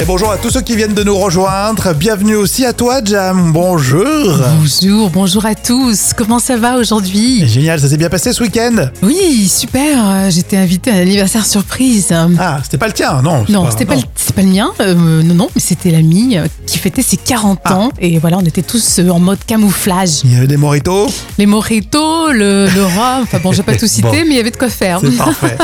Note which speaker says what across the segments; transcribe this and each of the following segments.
Speaker 1: Et bonjour à tous ceux qui viennent de nous rejoindre. Bienvenue aussi à toi, Jam. Bonjour.
Speaker 2: Bonjour, bonjour à tous. Comment ça va aujourd'hui
Speaker 1: Génial, ça s'est bien passé ce week-end
Speaker 2: Oui, super. euh, J'étais invitée à un anniversaire surprise.
Speaker 1: Ah, c'était pas le tien, non c'est
Speaker 2: Non, c'était pas, le- c'est pas le mien. euh, non, non, mais c'était l'ami euh, qui fêtait ses 40
Speaker 1: Ah.
Speaker 2: ans. Et voilà, on était tous euh, en mode camouflage.
Speaker 1: Il y avait des moritos,
Speaker 2: Les mojitos, le, le rhum. Enfin bon, je vais pas tout citer,
Speaker 1: Bon.
Speaker 2: mais il y avait de quoi faire.
Speaker 1: c'est parfait.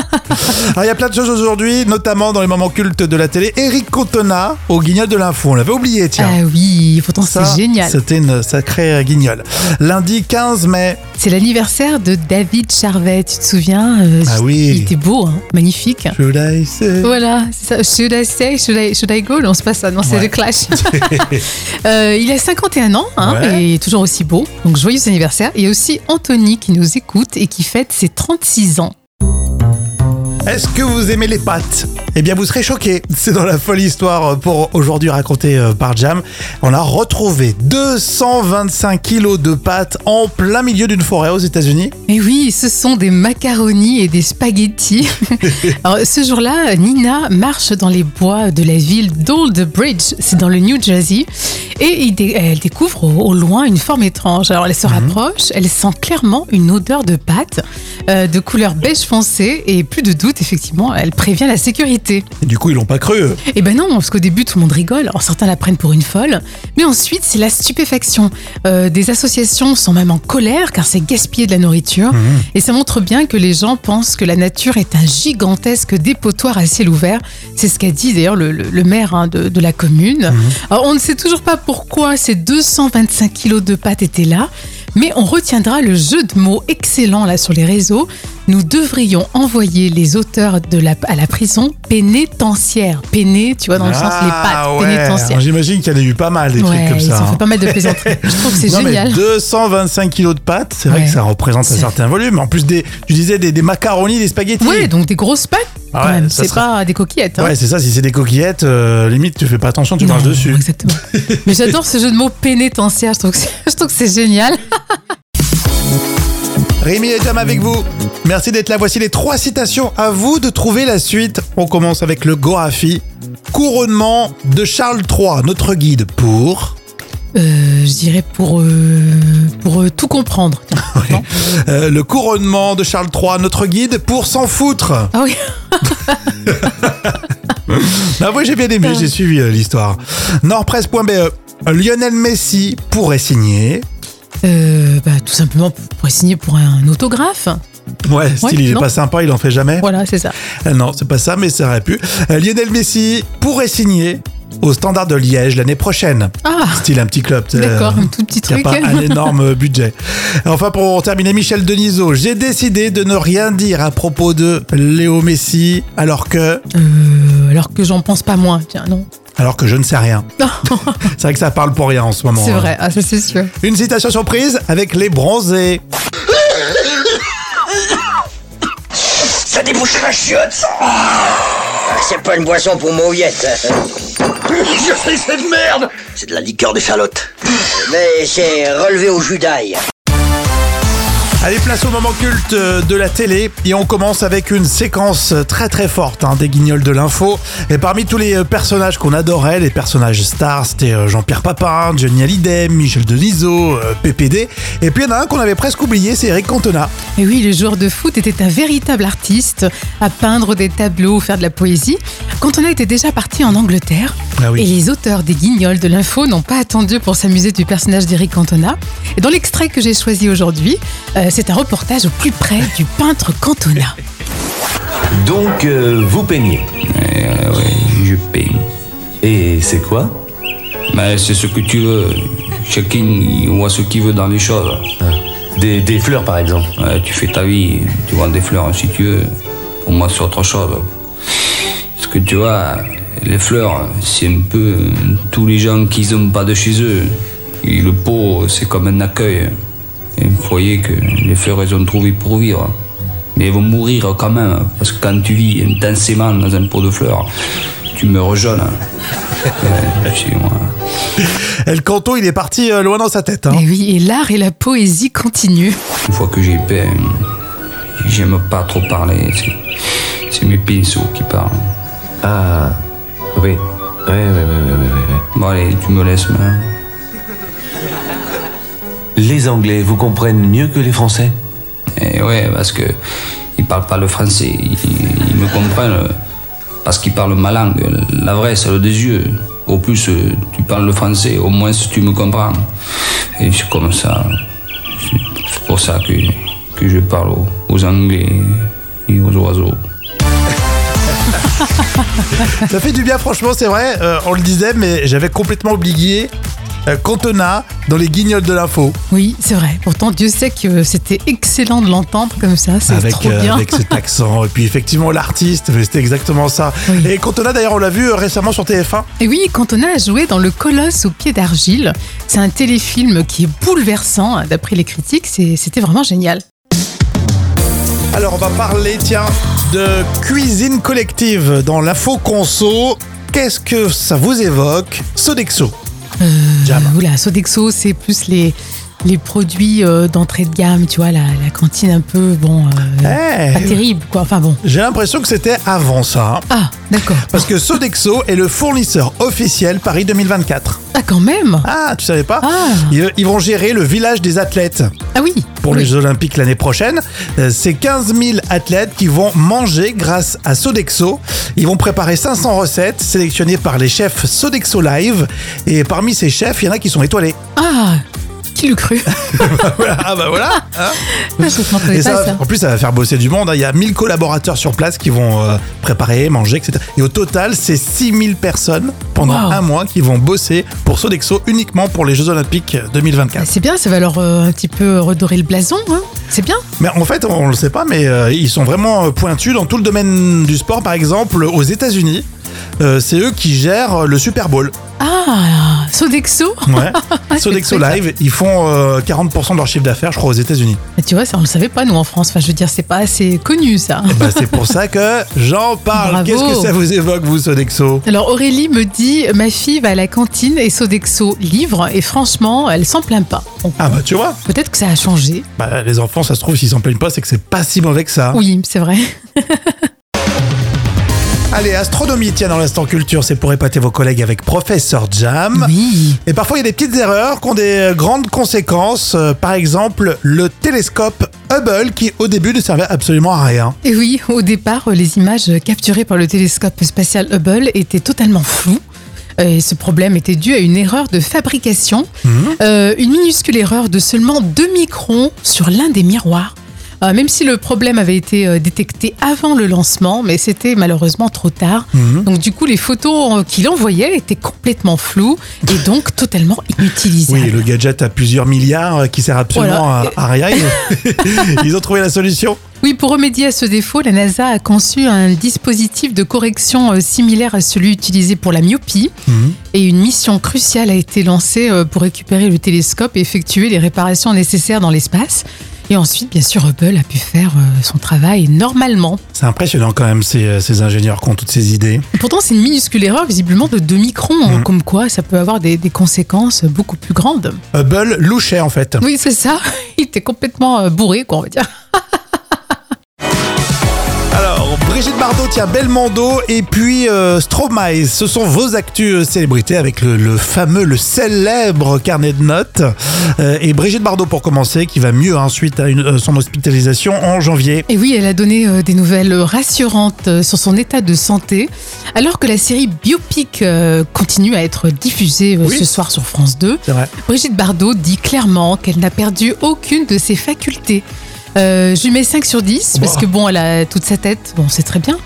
Speaker 1: Alors, il y a plein de choses aujourd'hui, notamment dans les moments cultes de la télé. Eric Cotona au Guignol de l'info, on l'avait oublié, tiens.
Speaker 2: Ah oui, pourtant
Speaker 1: Ça,
Speaker 2: c'est génial.
Speaker 1: C'était une sacrée guignole. Lundi 15 mai,
Speaker 2: C'est l'anniversaire de David Charvet, tu te souviens Euh,
Speaker 1: Ah oui.
Speaker 2: Il était beau, hein, magnifique.
Speaker 1: je l'ai essayé.
Speaker 2: Voilà, c'est ça. Should I stay? Should I, should I go? Non, c'est pas ça, non, c'est
Speaker 1: Ouais.
Speaker 2: The Clash. Euh, il a 51 ans hein,
Speaker 1: Ouais.
Speaker 2: et toujours aussi beau. Donc, joyeux anniversaire. Il y a aussi Anthony qui nous écoute et qui fête ses 36 ans.
Speaker 1: Est-ce que vous aimez les pâtes Eh bien, vous serez choqués. C'est dans la folle histoire pour aujourd'hui racontée euh, par Jam. On a retrouvé 225 kilos de pâtes en plein milieu d'une forêt aux États-Unis.
Speaker 2: Et oui, ce sont des macaronis et des spaghettis. Alors, ce jour-là, Nina marche dans les bois de la ville d'Old Bridge, c'est dans le New Jersey, et il dé- elle découvre au, au loin une forme étrange. Alors, elle se rapproche, elle sent clairement une odeur de pâte euh, de couleur beige foncé, et plus de doute, effectivement, elle prévient la sécurité.
Speaker 1: Et du coup, ils l'ont pas cru. eux.
Speaker 2: Eh ben non, parce qu'au début tout le monde rigole, alors certains la prennent pour une folle, mais ensuite c'est la stupéfaction. Euh, des associations sont même en colère car c'est gaspiller de la nourriture, et ça montre bien que les gens pensent que la nature est un gigantesque dépotoir à ciel ouvert. C'est ce qu'a dit d'ailleurs le, le- le maire hein, de, de la commune. Alors, on ne sait toujours pas pourquoi ces 225 kilos de pâtes étaient là, mais on retiendra le jeu de mots excellent là sur les réseaux. Nous devrions envoyer les auteurs de la, à la prison pénitentiaire. Péné, tu vois, dans le sens les
Speaker 1: Ah
Speaker 2: pattes
Speaker 1: ouais.
Speaker 2: pénitentiaires.
Speaker 1: J'imagine qu'il y en a eu pas mal des
Speaker 2: Ouais,
Speaker 1: trucs comme
Speaker 2: ils
Speaker 1: ça.
Speaker 2: ont
Speaker 1: hein.
Speaker 2: fait pas mal de plaisanteries. Je trouve que c'est
Speaker 1: Non, mais
Speaker 2: génial.
Speaker 1: 225 kilos de pâtes, c'est vrai
Speaker 2: Ouais.
Speaker 1: que ça représente un
Speaker 2: C'est-
Speaker 1: certain volume. En plus, des, tu disais des, des macaronis, des spaghettis.
Speaker 2: Ouais, donc des grosses pattes
Speaker 1: Ah
Speaker 2: quand
Speaker 1: ouais,
Speaker 2: même.
Speaker 1: ça
Speaker 2: C'est
Speaker 1: serait-
Speaker 2: pas des coquillettes. hein.
Speaker 1: Ouais, c'est ça. Si c'est des coquillettes, euh, limite, tu fais pas attention, tu
Speaker 2: Non,
Speaker 1: marches dessus.
Speaker 2: Exactement. Mais j'adore ce jeu de mots pénitentiaire. Je trouve que c'est- je trouve que c'est génial.
Speaker 1: Rémi et Jam avec vous. Merci d'être là. Voici les trois citations. À vous de trouver la suite. On commence avec le Gorafi. Couronnement de Charles III, notre guide pour
Speaker 2: Euh, je dirais pour, euh, pour euh, tout comprendre. Tiens.
Speaker 1: Euh, le couronnement de Charles III, notre guide pour s'en foutre.
Speaker 2: Ah oui,
Speaker 1: Ah oui, j'ai bien aimé, j'ai suivi euh, l'histoire. Nordpresse.be. euh, Lionel Messi pourrait signer.
Speaker 2: Euh, bah, tout simplement pour signer pour un autographe.
Speaker 1: Ouais, style, il est
Speaker 2: non.
Speaker 1: pas sympa, il en fait jamais.
Speaker 2: Voilà, c'est ça.
Speaker 1: Euh, Non, c'est pas ça, mais ça aurait pu. Euh, Lionel Messi pourrait signer au Standard de Liège l'année prochaine.
Speaker 2: Ah,
Speaker 1: Style un petit club. tu sais,
Speaker 2: d'accord,
Speaker 1: euh,
Speaker 2: un tout petit
Speaker 1: Il n'y a
Speaker 2: truc.
Speaker 1: pas un énorme budget. Enfin, pour terminer, Michel Denisot, j'ai décidé de ne rien dire à propos de Léo Messi, alors que,
Speaker 2: Euh, alors que j'en pense pas moins. Tiens, non.
Speaker 1: alors que je ne sais rien.
Speaker 2: Non,
Speaker 1: C'est vrai que ça parle pour rien en ce moment.
Speaker 2: c'est
Speaker 1: hein.
Speaker 2: vrai, ah, ça c'est sûr.
Speaker 1: Une citation surprise avec les bronzés.
Speaker 3: Ça débouche la chiotte ça. Ah, C'est pas une boisson pour mauviette. Je fais cette merde C'est de la liqueur de Charlotte. Mais c'est relevé au jus d'ail.
Speaker 1: Allez, place au moment culte euh, de la télé. Et on commence avec une séquence très très forte hein, des guignols de l'info. Et parmi tous les euh, personnages qu'on adorait, les personnages stars, c'était euh, Jean-Pierre Papin, Johnny Hallyday, Michel Denisot, euh, PPD. Et puis il y en a un qu'on avait presque oublié, c'est Eric Cantona.
Speaker 2: Et oui, le joueur de foot était un véritable artiste à peindre des tableaux, faire de la poésie. Quand on a été déjà parti en Angleterre,
Speaker 1: Ah oui.
Speaker 2: et les auteurs des Guignols de l'info n'ont pas attendu pour s'amuser du personnage d'Éric Cantona. Et dans l'extrait que j'ai choisi aujourd'hui, euh, c'est un reportage au plus près du peintre Cantona.
Speaker 4: Donc, euh, vous peignez.
Speaker 5: Oui, Eh je peigne.
Speaker 4: Et c'est quoi
Speaker 5: Mais c'est ce que tu veux. Chacun il voit ce qu'il veut dans les choses.
Speaker 4: Ah. des, des fleurs, par exemple.
Speaker 5: Ouais, tu fais ta vie, tu vends des fleurs si tu veux. Pour moi, c'est autre chose. Parce que tu vois, les fleurs, c'est un peu tous les gens qui n'ont pas de chez eux. Et le pot, c'est comme un accueil. Et vous voyez que les fleurs, elles ont trouvé pour vivre. Mais elles vont mourir quand même. Parce que quand tu vis intensément dans un pot de fleurs, tu meurs jeune. Ouais, tu sais, moi.
Speaker 1: El Canto, il est parti euh, loin dans sa tête. hein.
Speaker 2: Et oui, et l'art et la poésie continuent.
Speaker 5: Une fois que j'ai peint, j'aime pas trop parler. c'est- C'est mes pinceaux qui parlent.
Speaker 4: Ah, oui. Ouais, ouais, ouais, ouais, ouais, ouais.
Speaker 5: Bon, allez, tu me laisses, mais.
Speaker 4: Les Anglais vous comprennent mieux que les Français
Speaker 5: Et ouais, parce que ils parlent pas le français, ils, ils me comprennent euh, parce qu'ils parlent ma langue, la vraie, celle des yeux. Au plus, euh, tu parles le français, au moins tu me comprends. Et c'est comme ça. C'est pour ça que, que je parle aux, aux Anglais et aux oiseaux.
Speaker 1: Ça fait du bien, franchement, c'est vrai. euh, on le disait, mais j'avais complètement oublié euh, Cantona dans les guignols de l'info.
Speaker 2: Oui, c'est vrai. Pourtant, Dieu sait que c'était excellent de l'entendre comme ça. C'est
Speaker 1: Avec,
Speaker 2: trop
Speaker 1: euh,
Speaker 2: bien.
Speaker 1: avec cet accent. Et puis, effectivement, l'artiste, mais c'était exactement ça.
Speaker 2: Oui.
Speaker 1: Et Cantona, d'ailleurs, on l'a vu euh, récemment sur TF1.
Speaker 2: Et oui, Cantona a joué dans Le Colosse au pied d'argile. C'est un téléfilm qui est bouleversant. hein, D'après les critiques, c'est- c'était vraiment génial.
Speaker 1: Alors, on va parler, tiens, de cuisine collective dans l'info conso. Qu'est-ce que ça vous évoque Sodexo. Jam.
Speaker 2: Euh, Oula, Sodexo, c'est plus les, les produits euh, d'entrée de gamme, tu vois, la, la cantine un peu, bon, euh,
Speaker 1: Eh,
Speaker 2: pas terrible, quoi. Enfin bon.
Speaker 1: J'ai l'impression que c'était avant ça. hein.
Speaker 2: Ah, d'accord.
Speaker 1: Parce que Sodexo est le fournisseur officiel Paris 2024.
Speaker 2: Ah, quand même
Speaker 1: Ah, tu savais pas
Speaker 2: Ah.
Speaker 1: ils, ils vont gérer le village des athlètes
Speaker 2: Ah oui
Speaker 1: pour les
Speaker 2: oui.
Speaker 1: Jeux Olympiques l'année prochaine. Euh, C'est 15 000 athlètes qui vont manger grâce à Sodexo. Ils vont préparer 500 recettes sélectionnées par les chefs Sodexo Live. Et parmi ces chefs, il y en a qui sont étoilés.
Speaker 2: Ah Qui l'eût cru
Speaker 1: ah bah voilà hein.
Speaker 2: Je ne
Speaker 1: Et
Speaker 2: m'entendais
Speaker 1: ça,
Speaker 2: pas ça.
Speaker 1: En plus, ça va faire bosser du monde. hein. Il y a 1000 collaborateurs sur place qui vont euh, préparer, manger, etc. Et au total, c'est 6000 personnes pendant
Speaker 2: Wow.
Speaker 1: un mois qui vont bosser pour Sodexo uniquement pour les Jeux Olympiques 2024.
Speaker 2: C'est bien, ça va leur euh, un petit peu redorer le blason. hein. C'est bien.
Speaker 1: Mais en fait, on ne le sait pas, mais euh, ils sont vraiment euh, pointus dans tout le domaine du sport. Par exemple, aux États-Unis, euh, c'est eux qui gèrent euh, le Super Bowl.
Speaker 2: Ah, Sodexo Ah,
Speaker 1: Ouais. Sodexo
Speaker 2: très
Speaker 1: Live, ils font euh, 40% de leur chiffre d'affaires, je crois, aux États-Unis.
Speaker 2: Mais Tu vois, ça, on le savait pas, nous, en France. Enfin, je veux dire, c'est pas assez connu, ça.
Speaker 1: Bah, c'est pour ça que j'en parle.
Speaker 2: Bravo.
Speaker 1: Qu'est-ce que ça vous évoque, vous, Sodexo
Speaker 2: Alors, Aurélie me dit ma fille va à la cantine et Sodexo livre, et franchement, elle s'en plaint pas. Bon,
Speaker 1: Ah bah tu vois
Speaker 2: Peut-être que ça a changé.
Speaker 1: Bah, les enfants, ça se trouve, s'ils s'en plaignent pas, c'est que c'est pas si mauvais que ça.
Speaker 2: Oui, c'est vrai.
Speaker 1: Allez, astronomie, tiens, dans l'instant culture, c'est pour épater vos collègues avec Professeur Jam.
Speaker 2: Oui.
Speaker 1: Et parfois, il y a des petites erreurs qui ont des euh, grandes conséquences. Euh, Par exemple, le télescope Hubble, qui au début ne servait absolument à rien.
Speaker 2: Et oui, au départ, les images capturées par le télescope spatial Hubble étaient totalement floues. Et ce problème était dû à une erreur de fabrication,
Speaker 1: Mhm.
Speaker 2: Euh, une minuscule erreur de seulement 2 microns sur l'un des miroirs. Euh, même si le problème avait été euh, détecté avant le lancement, mais c'était malheureusement trop tard.
Speaker 1: Mhm.
Speaker 2: Donc du coup, les photos euh, qu'il envoyait étaient complètement floues et donc totalement inutilisables.
Speaker 1: Oui, le gadget à plusieurs milliards euh, qui sert absolument
Speaker 2: Voilà.
Speaker 1: à, à rien. Ils- Ils ont trouvé la solution.
Speaker 2: Oui, pour remédier à ce défaut, la NASA a conçu un dispositif de correction euh, similaire à celui utilisé pour la myopie. Et une mission cruciale a été lancée euh, pour récupérer le télescope et effectuer les réparations nécessaires dans l'espace. Et ensuite, bien sûr, Hubble a pu faire euh, son travail normalement.
Speaker 1: C'est impressionnant quand même, ces, euh, ces ingénieurs qui ont toutes ces idées.
Speaker 2: Pourtant, c'est une minuscule erreur, visiblement, de 2 microns, hein, comme quoi ça peut avoir des, des conséquences beaucoup plus grandes.
Speaker 1: Hubble louchait en fait.
Speaker 2: Oui, c'est ça. Il était complètement euh, bourré, quoi, on va dire.
Speaker 1: Alors, Brigitte Bardot, tiens, Belmondo et puis euh, Stromae, ce sont vos actus euh, célébrités avec le, le fameux, le célèbre carnet de notes. Euh, et Brigitte Bardot pour commencer, qui va mieux hein, suite à une- euh, son hospitalisation en janvier.
Speaker 2: Et oui, elle a donné euh, des nouvelles rassurantes euh, sur son état de santé, alors que la série biopic euh, continue à être diffusée euh,
Speaker 1: Oui.
Speaker 2: ce soir sur France 2.
Speaker 1: C'est vrai.
Speaker 2: Brigitte Bardot dit clairement qu'elle n'a perdu aucune de ses facultés. Euh, je lui mets 5 sur 10, parce
Speaker 1: Wow.
Speaker 2: que bon, elle a toute sa tête, bon, c'est très bien,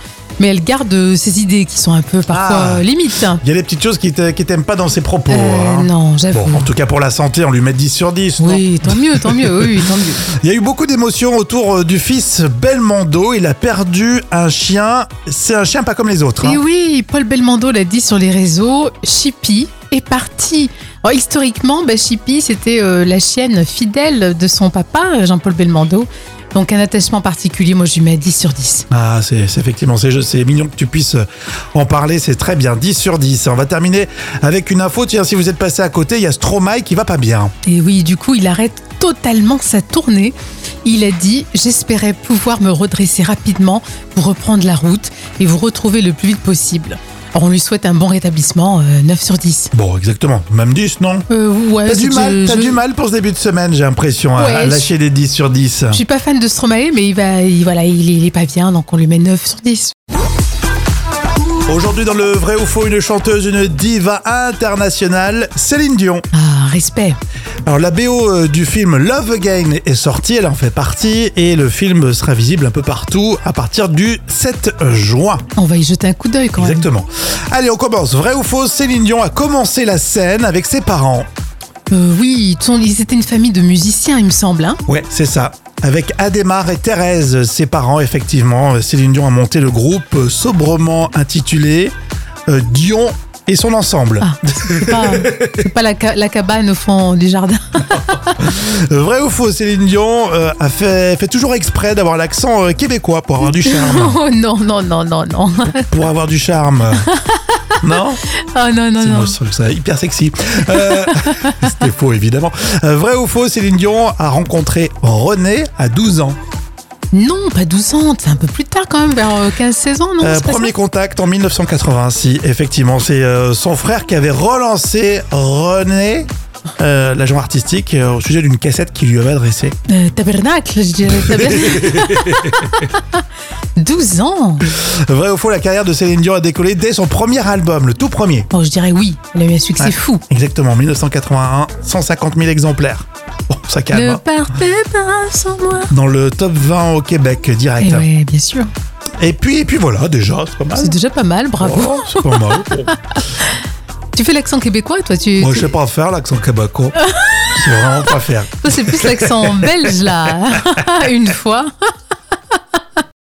Speaker 2: mais elle garde euh, ses idées qui sont un peu parfois
Speaker 1: Ah.
Speaker 2: euh, limites.
Speaker 1: Il y a des petites choses qui te- qui t'aiment pas dans ses propos.
Speaker 2: Euh,
Speaker 1: hein.
Speaker 2: non, j'avoue.
Speaker 1: Bon, en tout cas pour la santé, on lui met 10 sur 10. non
Speaker 2: oui, tant mieux, tant mieux, oui, oui, tant mieux.
Speaker 1: Il y a eu beaucoup d'émotions autour euh, du fils Belmondo. Il a perdu un chien. C'est un chien pas comme les autres. hein.
Speaker 2: Et oui, Paul Belmondo l'a dit sur les réseaux, Chippy est parti. Alors, historiquement, bah, Chippy, c'était euh, la chienne fidèle de son papa, Jean-Paul Belmondo. Donc un attachement particulier, moi je lui mets 10 sur 10.
Speaker 1: Ah, c'est c'est effectivement, c'est c'est mignon que tu puisses euh, en parler, c'est très bien, 10 sur 10. On va terminer avec une info, tiens, si vous êtes passé à côté, il y a Stromae qui va pas bien.
Speaker 2: Et oui, du coup, il arrête totalement sa tournée. Il a dit J'espérais pouvoir me redresser rapidement pour reprendre la route et vous retrouver le plus vite possible. Alors, on lui souhaite un bon rétablissement, euh, 9 sur 10.
Speaker 1: Bon, exactement. Même 10, non
Speaker 2: Euh, ouais,
Speaker 1: T'as du,
Speaker 2: je-
Speaker 1: mal, t'as
Speaker 2: je-
Speaker 1: du mal pour ce début de semaine, j'ai l'impression, à-
Speaker 2: Ouais,
Speaker 1: à
Speaker 2: je-
Speaker 1: lâcher des 10 sur 10.
Speaker 2: Je suis pas fan de Stromae, mais il va, il, voilà, il, il est pas bien, donc on lui met 9 sur 10.
Speaker 1: Aujourd'hui, dans le vrai ou faux, une chanteuse, une diva internationale, Céline Dion.
Speaker 2: Ah, respect.
Speaker 1: Alors, la BO euh, du film Love Again est sortie, elle en fait partie, et le film sera visible un peu partout à partir du 7 juin.
Speaker 2: On va y jeter un coup d'œil quand même.
Speaker 1: Exactement. Allez, on commence. Vrai ou faux, Céline Dion a commencé la scène avec ses parents.
Speaker 2: Euh, oui, ils sont- ils étaient une famille de musiciens, il me semble. hein.
Speaker 1: Ouais, c'est ça. Avec Adhémar et Thérèse, ses parents, effectivement, Céline Dion a monté le groupe euh, sobrement intitulé euh, Dion et son ensemble.
Speaker 2: Ah, c'est pas, c'est pas la, ca- la cabane au fond du jardin.
Speaker 1: Euh, Vrai ou faux, Céline Dion euh, a fait, fait toujours exprès d'avoir l'accent euh, québécois pour avoir du charme.
Speaker 2: Oh non, non, non, non, non.
Speaker 1: pour avoir du charme. non
Speaker 2: Oh non, non,
Speaker 1: C'est
Speaker 2: non.
Speaker 1: moi, je trouve ça hyper sexy. Euh, C'était faux, évidemment. Euh, vrai ou faux, Céline Dion a rencontré René à 12 ans.
Speaker 2: Non, pas 12 ans, c'est un peu plus tard quand même, vers euh, 15-16 ans, non
Speaker 1: Euh,
Speaker 2: c'est pas
Speaker 1: premier
Speaker 2: ça
Speaker 1: contact en 1986, effectivement. C'est euh, son frère qui avait relancé René, euh, l'agent artistique, euh, au sujet d'une cassette qu'il lui avait adressée.
Speaker 2: Euh, Tabernacle, je dirais. Tabernacle. 12 ans
Speaker 1: Vrai ou faux, la carrière de Céline Dion a décollé dès son premier album, le tout premier.
Speaker 2: Bon, Oh, je dirais oui, elle a eu un succès
Speaker 1: Ouais.
Speaker 2: fou.
Speaker 1: Exactement, 1981, 150 000 exemplaires. Bon, ça calme.
Speaker 2: Ne
Speaker 1: hein.
Speaker 2: partez pas sans moi.
Speaker 1: Dans le top 20 au Québec, direct.
Speaker 2: Eh ouais, bien sûr.
Speaker 1: Et puis, et puis voilà, déjà, c'est pas mal.
Speaker 2: Ah, C'est déjà pas mal, bravo.
Speaker 1: Oh, c'est pas mal.
Speaker 2: Tu fais l'accent québécois, toi tu,
Speaker 1: Oh. Moi,
Speaker 2: tu-
Speaker 1: je sais pas faire l'accent québécois. Je sais vraiment pas faire.
Speaker 2: Toi, c'est plus l'accent belge, là. Une fois.